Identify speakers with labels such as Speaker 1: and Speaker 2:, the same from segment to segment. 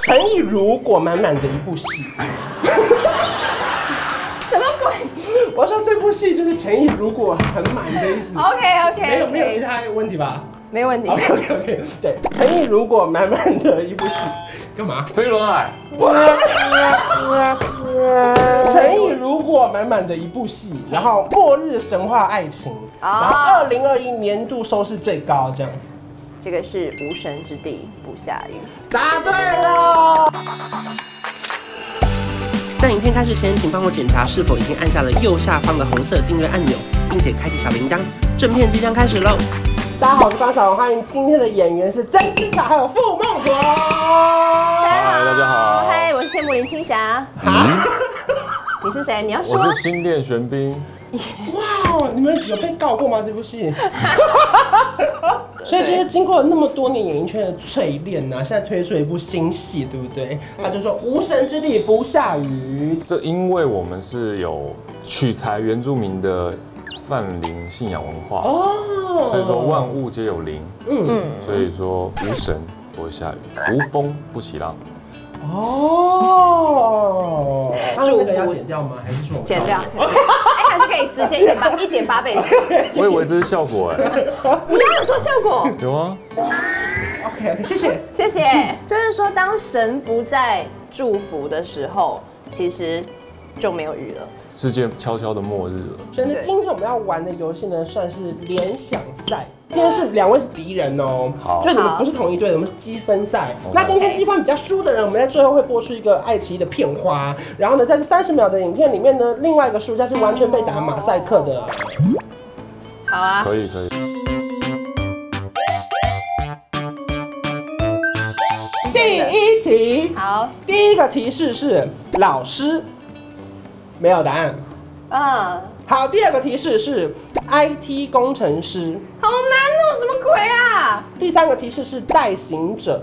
Speaker 1: 诚意如果满满的一部戏，
Speaker 2: 什么鬼
Speaker 1: 我说这部戏就是诚意如果很满的意思。
Speaker 2: ？OK OK，
Speaker 1: 没有没有其他问题吧
Speaker 2: 没问题。
Speaker 1: ？OK OK OK，对，诚意如果满满的一部戏，干嘛？
Speaker 3: 飞轮海，
Speaker 1: 诚意如果满满的一部戏，然后末日神话爱情，然后二零二一年度收视最高，这样
Speaker 2: 这个是无神之地不下雨。
Speaker 1: 答对了。在影片开始前，请帮我检查是否已经按下了右下方的红色订阅按钮，并且开启小铃铛。正片即将开始喽！大家好，我是关晓雯，欢迎今天的演员是曾志乔还有傅孟博。
Speaker 3: 嗨大家好嗯
Speaker 2: 嗨，我是天母林青霞。你是谁？你要说
Speaker 3: 我是新店玄彬，
Speaker 1: 哇哦，你们有被告过吗？这部 戏？所以就是经过了那么多年演艺圈的淬炼啊呢、现在推出了一部新戏，对不对？他就说无神之地不下雨，
Speaker 3: 这因为我们是有取材原住民的泛灵信仰文化
Speaker 1: 哦
Speaker 3: 所以说万物皆有灵，嗯，所以说无神不会下雨，无风不起浪，
Speaker 1: 哦，他那个要
Speaker 2: 祝福
Speaker 1: 剪掉吗？还是说我们
Speaker 2: 减掉。减
Speaker 3: 哦
Speaker 2: 掉哎，还是可以直接一点八一点八 倍速。
Speaker 3: 我以为这是效果哎，
Speaker 2: 你刚刚有做效果，
Speaker 3: 有啊，
Speaker 1: ？OK OK，谢谢。
Speaker 2: 谢谢。 就是说，当神不再祝福的时候，其实就没有雨了。
Speaker 3: 世界悄悄的末日了，
Speaker 1: 所以呢，
Speaker 2: 对
Speaker 1: 今天我们要玩的游戏呢，算是联想赛。今天是两位是敌人哦，
Speaker 3: 好
Speaker 1: 就你们
Speaker 2: 好
Speaker 1: 不是同一队的，我们是积分赛。
Speaker 3: OK
Speaker 1: 那今天积分比较输的人，我们在最后会播出一个爱奇艺的片花，然后呢，在这三十秒的影片里面呢，另外一个输家是完全被打马赛克的。
Speaker 2: 好啊，
Speaker 3: 可以可以，
Speaker 1: 第一题，
Speaker 2: 好，
Speaker 1: 第一个提示是老师，没有答案。
Speaker 2: 嗯，
Speaker 1: 好，第二个提示是 IT 工程师，
Speaker 2: 好难哦，什么鬼啊？
Speaker 1: 第三个提示是代行者。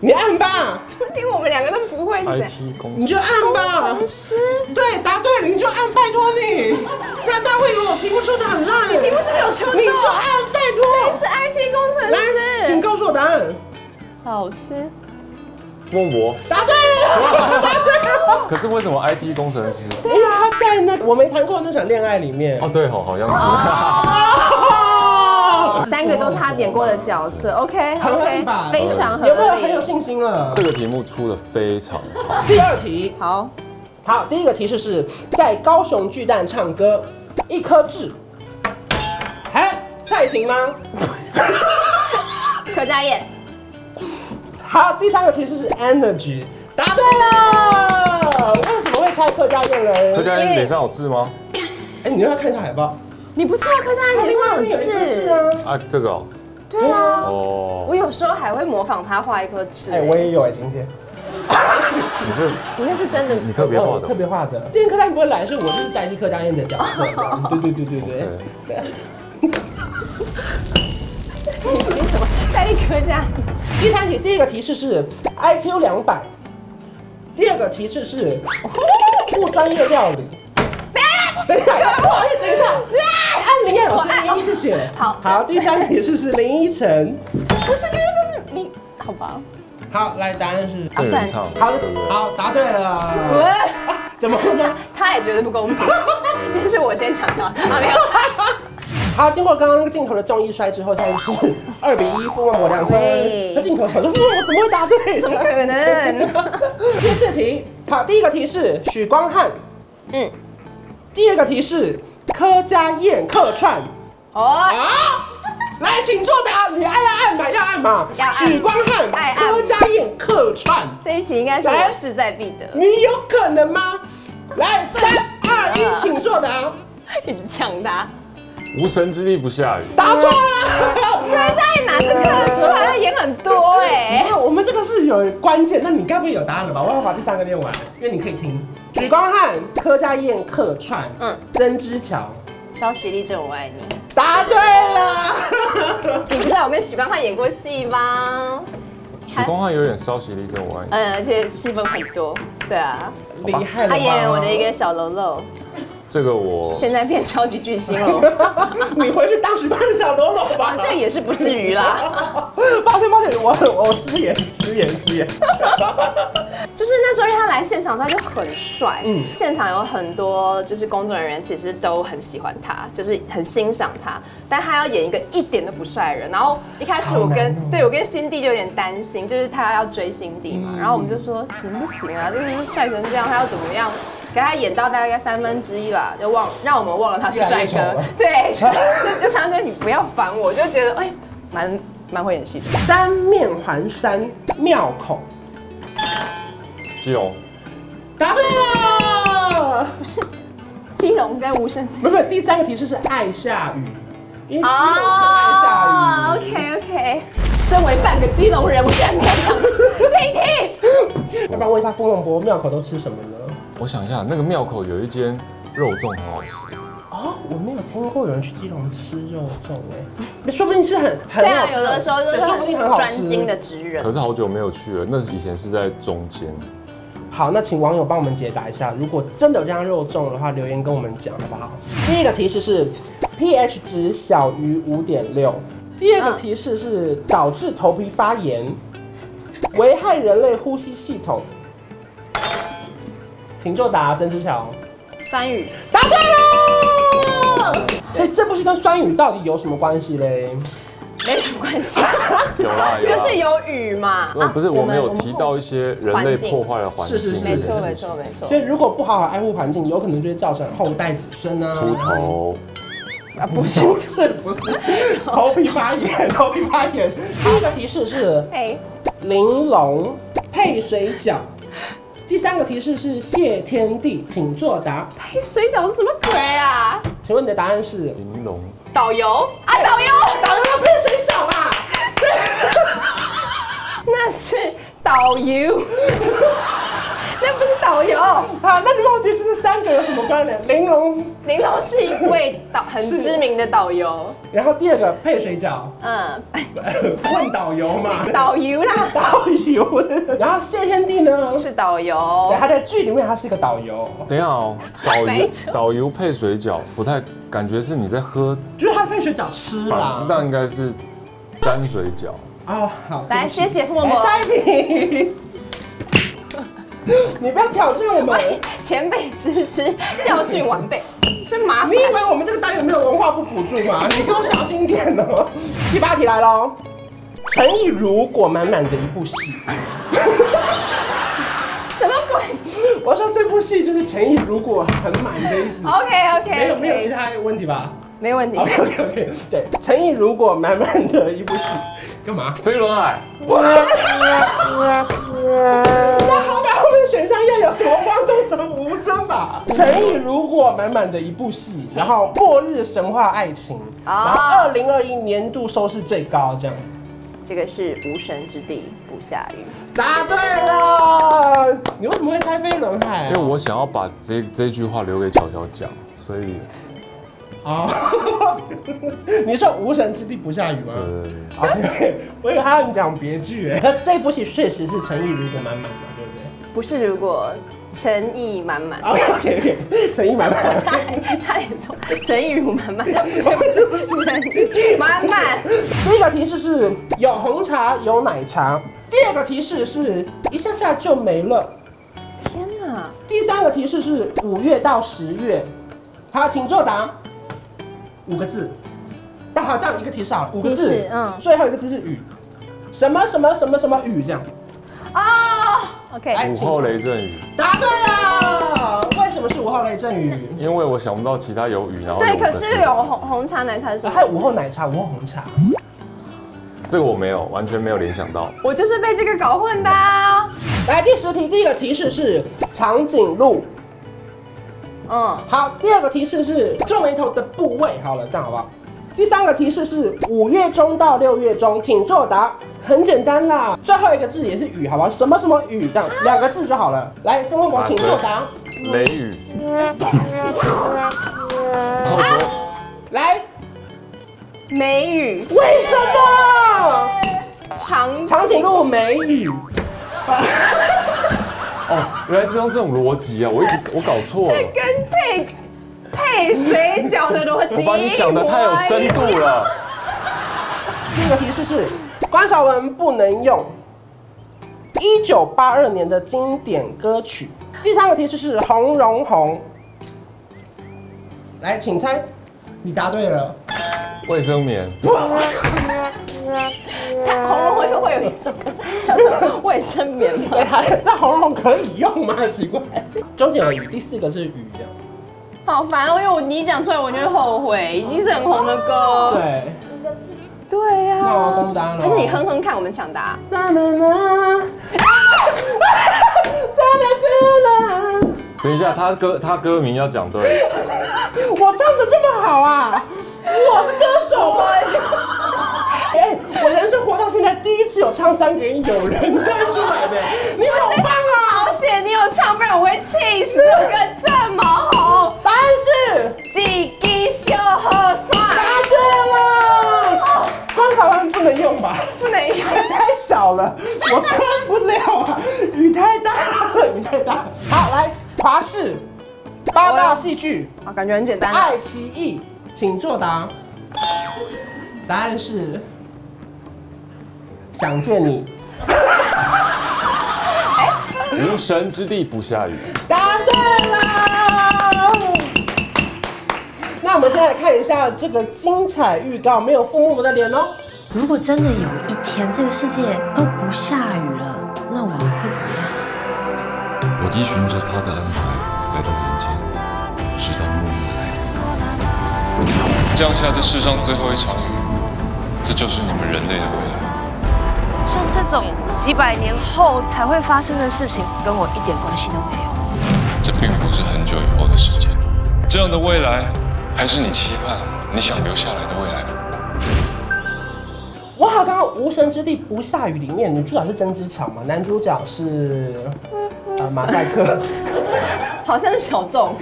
Speaker 1: 你按吧。
Speaker 2: 连我们两个都不会是怎样
Speaker 3: IT 公
Speaker 1: 你
Speaker 3: 司
Speaker 1: 就按吧，
Speaker 2: 工程师，
Speaker 1: 对，答对了你就按，拜托你，不然大家会以为我题目出的很烂。
Speaker 2: 题目是不是有出错？
Speaker 1: 你就按，拜托。
Speaker 2: 是 IT 工程
Speaker 1: 来，请
Speaker 2: 师，
Speaker 1: 告诉我答案。
Speaker 2: 老师，
Speaker 3: 孟博，
Speaker 1: 答对了， 答对了。
Speaker 3: 可是为什么 IT 工程师？
Speaker 1: 因为他在那我没谈过的那场恋爱里面。
Speaker 3: 哦，对哦，好像是，
Speaker 1: 哦
Speaker 2: 三个都是他演过的角色，OK
Speaker 1: 合理吧
Speaker 2: OK，非常合
Speaker 1: 有没有很有
Speaker 2: 理。
Speaker 1: 信心了？
Speaker 3: 这个题目出的非常好，
Speaker 1: 第二题，
Speaker 2: 好，
Speaker 1: 好，第一个提示是在高雄巨蛋唱歌，一颗痣。哎，蔡琴吗？
Speaker 2: 柯佳燕，
Speaker 1: 好，第三个提示是 energy，答对了。为什么会猜客家燕人？
Speaker 3: 这教练脸上有痣吗？
Speaker 1: 哎、你要不要看一下海报，
Speaker 2: 你不知道柯佳燕脸上有痣？
Speaker 1: 啊。
Speaker 3: 啊，这个哦，
Speaker 2: 对啊，我
Speaker 3: 哦，
Speaker 2: 有时候还会模仿他画一颗痣。
Speaker 1: 哎、我也有哎、今天
Speaker 3: 你是
Speaker 2: 你那是真的，
Speaker 3: 你特别
Speaker 1: 我
Speaker 3: 好
Speaker 1: 我
Speaker 3: 的
Speaker 1: 特，别画的。今天客家燕不会来，所以我就是代替客家燕的角 色。对对对对对。
Speaker 3: OK
Speaker 2: 你怎么在一柯佳燕？
Speaker 1: 第三题第一个提示是 IQ 两百，第二个提示是 不专业料理。等一下，哎不好意思，等一下，按铃有声音，谢谢。
Speaker 2: 好
Speaker 1: 好，第三个提示是 林依晨。
Speaker 2: 不是，可是就是你，好吧？
Speaker 1: 好，来，答案是
Speaker 2: 啊
Speaker 3: 郑元畅，
Speaker 1: 好
Speaker 3: 对不对？
Speaker 1: 好，答对了。
Speaker 2: 喂，
Speaker 1: 怎么了吗？
Speaker 2: 他也觉得不 公平，但是我先抢到啊，没有。
Speaker 1: 好，经过刚刚那个镜头的重一摔之后，现在是二比一，傅孟博两
Speaker 2: 喂
Speaker 1: 分。那镜头想说，哇我怎么会答对？
Speaker 2: 怎么可能？
Speaker 1: 第四题，好，第一个题是许光汉，
Speaker 2: 嗯，
Speaker 1: 第二个题是柯佳燕客串。
Speaker 2: 哦，
Speaker 1: 啊！来，请作答，你爱要按吧，要按嘛。
Speaker 2: 要按
Speaker 1: 许光汉
Speaker 2: 爱、按
Speaker 1: 柯佳燕客串，
Speaker 2: 这一题应该是我势在必得，
Speaker 1: 你有可能吗？来，三二
Speaker 2: 了
Speaker 1: 一，请作答。
Speaker 2: 一直抢答。
Speaker 3: 无神之地不下雨，
Speaker 1: 答错了。
Speaker 2: 柯佳燕哪是客串？他演很多哎
Speaker 1: 没。有，我们这个是有关键，那你该不会有答案
Speaker 2: 嗯
Speaker 1: 了吧？我要把第三个念完，因为你可以听。许光汉、柯佳燕客串，嗯
Speaker 2: 嗯，
Speaker 1: 曾之乔，
Speaker 2: 肖绮丽这我爱你，
Speaker 1: 答对了。
Speaker 2: 你不知道我跟许光汉演过戏吗？
Speaker 3: 许光汉有点稍息立正，我爱
Speaker 2: 呃嗯，
Speaker 3: 你。
Speaker 2: 而且戏份很多。对啊，
Speaker 1: 厉害了
Speaker 2: 他
Speaker 1: 吧？
Speaker 2: 演我的一个小喽啰。
Speaker 3: 这个我
Speaker 2: 现在变超级巨星了，
Speaker 1: 你回去当许班小喽啰吧
Speaker 2: 好。像也是不至于啦。
Speaker 1: 抱歉抱歉，我我失言失言失言。
Speaker 2: 就是那时候因为他来现场的时候他就很帅，
Speaker 1: 嗯
Speaker 2: 现场有很多就是工作人员其实都很喜欢他，就是很欣赏他，但他要演一个一点都不帅的人。然后一开始我跟、对我跟辛蒂就有点担心，就是他要追辛蒂嘛，然后我们就说行不行啊，就是帅成这样，他要怎么样？给他演到大概三分之一吧，就忘让我们忘了他是
Speaker 1: 越来
Speaker 2: 帅
Speaker 1: 越丑
Speaker 2: 哥
Speaker 1: 了，
Speaker 2: 对， 就就就常常跟你不要烦我，就觉得哎，蛮蛮会演戏的。
Speaker 1: 三面环山庙口，
Speaker 3: 基隆
Speaker 1: 答对了。
Speaker 2: 基隆跟吴声
Speaker 1: 没有，没有第三个提示是爱下雨，因为基隆是爱下雨。
Speaker 2: 哦 OK OK，身为半个基隆人，我居然没有讲 这一题。
Speaker 1: 要不然问一下丰隆博庙口都吃什么呢？
Speaker 3: 我想一下，那个庙口有一间肉粽很好吃，
Speaker 1: 哦，我没有听过有人去基隆吃肉粽哎，说不定是很很
Speaker 2: 对啊
Speaker 1: 好，吃
Speaker 2: 有的时候就是
Speaker 1: 对说不定很
Speaker 2: 很
Speaker 1: 好
Speaker 2: 专精
Speaker 1: 吃。
Speaker 2: 的职人
Speaker 3: 可。是好久没有去了。那是以前是在中间，
Speaker 1: 好，那请网友帮我们解答一下，如果真的有这样肉粽的话，留言跟我们讲好不好？第一个提示是 pH 值小于五点六，第
Speaker 2: 嗯
Speaker 1: 二个提示是导致头皮发炎，危害人类呼吸系统。请作答，曾之乔。
Speaker 2: 酸雨
Speaker 1: 答对了。所以这部戏跟酸雨到底有什么关系嘞？
Speaker 2: 没什么关系，
Speaker 3: 有啦有啦。
Speaker 2: 就是有雨嘛。啊
Speaker 3: 呃，不是，我们有提
Speaker 2: 我
Speaker 3: 到一些人类
Speaker 2: 环境
Speaker 3: 破坏了环境
Speaker 1: 是是
Speaker 3: 这
Speaker 1: 是
Speaker 2: 们，没
Speaker 3: 件事
Speaker 2: 错
Speaker 3: 情，
Speaker 2: 没错没错
Speaker 1: 所以如果不好好爱护环境，有可能就会造成后代子孙啊。
Speaker 3: 秃头，
Speaker 2: 啊，不 是。
Speaker 1: 不是不是，头皮发炎，头皮发炎。第一个提示是
Speaker 2: 哎，
Speaker 1: 玲珑配水饺， 第三个提示是谢天地，请作答。
Speaker 2: 配水饺是什么鬼啊？
Speaker 1: 请问你的答案是？
Speaker 3: 玲珑，
Speaker 2: 导游啊，导游，
Speaker 1: 导游要配水饺吧？
Speaker 2: 那是导游， 那不是导 游。
Speaker 1: 好，那你忘记这三个有什么关联？玲珑，
Speaker 2: 玲珑是一位导很
Speaker 1: 是
Speaker 2: 知名的导游，
Speaker 1: 然后第二个配水饺，
Speaker 2: 嗯，
Speaker 1: 问导游嘛。
Speaker 2: 导游啦，
Speaker 1: 导游，然后谢天地呢？
Speaker 2: 是导游。
Speaker 1: 对，他在剧里面他是一个导游，
Speaker 3: 等一下哦，导
Speaker 2: 没
Speaker 3: 游
Speaker 2: 错
Speaker 3: 导游配水饺不太感觉是你在喝，
Speaker 1: 就是他配水饺吃啦
Speaker 3: 反。但应该是沾水饺。
Speaker 1: 哦，好，哎
Speaker 2: 来，谢谢父母。
Speaker 1: 来下一题。 你不要挑战我们，
Speaker 2: 前辈之之，教训晚 辈，真麻
Speaker 1: 你以为我们这个单元没有文化部补助 吗？你给我小心一点哦。第八题来喽，陈意如果满满的一部戏，
Speaker 2: 什么鬼
Speaker 1: 我说这部戏就是陈意如果很满的意 思。
Speaker 2: ？OK
Speaker 1: 没有没有其
Speaker 2: OK，
Speaker 1: 他问题 吧
Speaker 2: 没问题。
Speaker 1: ？OK OK OK，对，陈意如果满满的一部戏，干嘛？
Speaker 3: 飞轮海，
Speaker 1: 那好歹后面选项要有什么汪东城、吴尊 吧？诚意如果满满的一部戏，然后末日神话爱情，然后二零二一年度收视最高，这样
Speaker 2: 这个是无神之地不下雨。
Speaker 1: 答对了。你为什么会猜飞轮海、
Speaker 3: 因为我想要把这这句话留给巧巧讲，所以
Speaker 1: 哦， 你说无神之地不下雨吗？
Speaker 3: 呃，
Speaker 1: OK，我以为他要你讲别剧哎。那这部戏确实是诚意如果满满的，对不对
Speaker 2: 不是如果诚意满满，
Speaker 1: ？OK OK OK，诚意满满。
Speaker 2: 差点差点说诚意如满满，
Speaker 1: 这不是
Speaker 2: 诚意满满。
Speaker 1: 第一个提示是有红茶有奶茶，第二个提示是一下下就没了，
Speaker 2: 天哪，
Speaker 1: 第三个提示是五月到十月。好，请作答，五个字。那好，这样一个提示好了，五个
Speaker 2: 提
Speaker 1: 字
Speaker 2: 示，嗯
Speaker 1: 最后一个字是雨，什么什么什么什么雨这样。
Speaker 2: 啊，OK，
Speaker 1: 哎
Speaker 3: 午后雷阵雨，
Speaker 1: 答对了，为什么是午后雷阵 雨？
Speaker 3: 因为我想不到其他有雨，然后
Speaker 2: 对，
Speaker 3: 有
Speaker 2: 可
Speaker 3: 的
Speaker 2: 是有红红茶奶茶是什
Speaker 1: 啊还有
Speaker 2: 么？
Speaker 1: 午后奶茶、午后红茶。
Speaker 3: 这个我没有，完全没有联想到。
Speaker 2: 我就是被这个搞混的啊。
Speaker 1: 来，第十题，第一个提示是长颈鹿。
Speaker 2: 嗯，
Speaker 1: 好，第二个提示是皱眉头的部位。好了，这样好不好？第三个提示是五月中到六月中，请作答。很简单啦，最后一个字也是雨，好不好？什么什么雨这样，两个字就好了。来，风风魔，请作答。
Speaker 2: 嗯
Speaker 3: 雷雨，他们说
Speaker 1: 来，
Speaker 2: 梅雨
Speaker 1: 为什么
Speaker 2: 长
Speaker 1: 长颈鹿没雨？
Speaker 3: 哦，原来是用这种逻辑啊，我一直我搞错
Speaker 2: 这
Speaker 3: 了。
Speaker 2: 跟配配水饺的逻
Speaker 3: 我
Speaker 2: 辑，
Speaker 3: 把你想的太有深度了。
Speaker 1: 第一个提示是，关晓雯不能用一九八二年的经典歌曲。第三个提示是红荣红，来，请猜，你答对了。
Speaker 3: 卫生棉，
Speaker 2: 它红龙会不会有一首歌叫做《卫生棉》吗？
Speaker 1: 对啊， 那红荣可以用吗？奇怪。周景而语，第四个是雨的。
Speaker 2: 好烦哦，因为我你一讲出来我就会后悔，一定是很红的歌。
Speaker 1: 对。
Speaker 2: 对啊呀、
Speaker 1: 那我公单了
Speaker 2: 还哦是你哼哼看，我们抢答。
Speaker 1: 啦啦啦。哒啦哒啦。
Speaker 3: 等一下，他歌他歌名要讲对，
Speaker 1: 我唱的这么好啊！我是歌手吗？ 哎、我人生活到现在第一次有唱三给一有人站出来的，你好棒啊！
Speaker 2: 好险你有唱，不然我会气死。这个这么红，
Speaker 1: 答案是
Speaker 2: 几滴小河
Speaker 1: 答
Speaker 2: 算
Speaker 1: 对了，啊光台湾不能用吧？
Speaker 2: 不能用。
Speaker 1: 太小了，我穿不了啊！雨太大了，雨太大了。好，来华视八大戏剧，
Speaker 2: 啊，感觉很简单啊。
Speaker 1: 爱奇艺，请作答。答案是想见你。
Speaker 3: 无神之地不下雨。
Speaker 1: 答对了。那我们现在看一下这个精彩预告，没有父母的脸哦。
Speaker 4: 如果真的有一天这个世界都不下雨了，那我们会怎么样？
Speaker 5: 我依循着他的安排来到人间，直到末日来临。降下这世上最后一场雨，这就是你们人类的未来。
Speaker 4: 像这种几百年后才会发生的事情，跟我一点关系都没有。
Speaker 5: 这并不是很久以后的时间。这样的未来，还是你期盼、你想留下来的未来吗？
Speaker 1: 我好，刚刚《无神之地不下雨》里面，女主角是曾之乔嘛，男主角是呃马赛 克。
Speaker 2: 好像是小 众，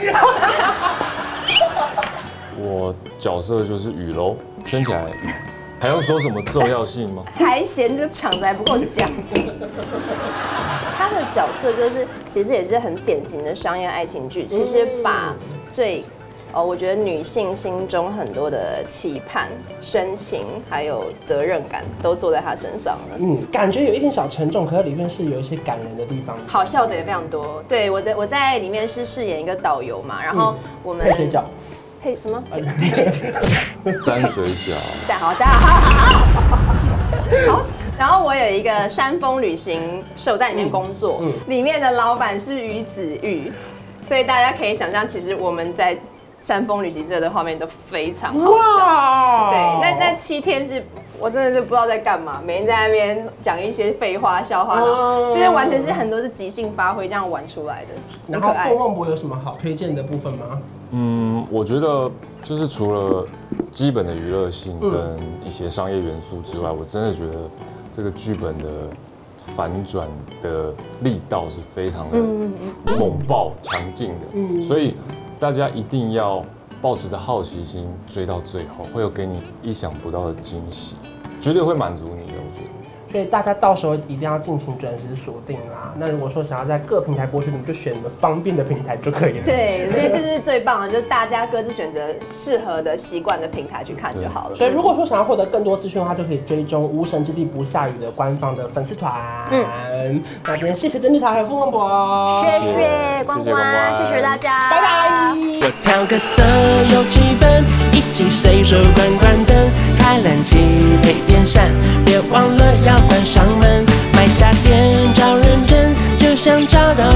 Speaker 3: 我角色就是雨喽，圈起来雨，还要说什么重要性吗？
Speaker 2: 还嫌这个场子还不够讲。 他的角色就是，其实也是很典型的商业爱情剧，其实把最。哦，我觉得女性心中很多的期盼、深情，还有责任感，都坐在他身上了。
Speaker 1: 嗯，感觉有一点小沉重，可是里面是有一些感人的地方。
Speaker 2: 好笑的也非常多。对我在我在里面是饰演一个导游嘛，然后我们
Speaker 1: 配水 饺，
Speaker 2: 配什么？
Speaker 3: 沾水饺，
Speaker 2: 站好，站好，好好。好死然后我有一个山峰旅行社，我在里面工作，
Speaker 1: 嗯
Speaker 2: 里面的老板是于子玉，所以大家可以想象，其实我们在山峰旅行社的画面都非常好笑。
Speaker 1: 哇
Speaker 2: 对，那那七天是我真的是不知道在干嘛，每天在那边讲一些废话、笑
Speaker 1: 哦
Speaker 2: 话，然后就是完全是很多是即兴发挥这样玩出来的，
Speaker 1: 然
Speaker 2: 很可
Speaker 1: 后
Speaker 2: 爱
Speaker 1: 傅。孟博有什么好推荐的部分吗？
Speaker 3: 嗯，我觉得就是除了基本的娱乐性跟一些商业元素之外，我真的觉得这个剧本的反转的力道是非常的猛爆、强劲的，所以大家一定要保持着好奇心追到最后，会有给你意想不到的惊喜，绝对会满足你的，我觉得。
Speaker 1: 所以大家到时候一定要尽情准时锁定啦。那如果说想要在各平台播出，你们就选你们方便的平台就可以了。
Speaker 2: 对，所以这是最棒的，就是大家各自选择适合的、习惯的平台去看就好了。
Speaker 1: 所以如果说想要获得更多资讯的话，就可以追踪“无神之地不下雨”的官方的粉丝团。嗯，那今天谢谢曾志乔还有傅孟博，
Speaker 3: 哦谢谢谢光光，谢谢大家。
Speaker 1: 拜拜。
Speaker 6: 我调个色有气氛，一起随手关关灯，开冷气配电扇，别忘了要关上门。买家电找认真，就像找到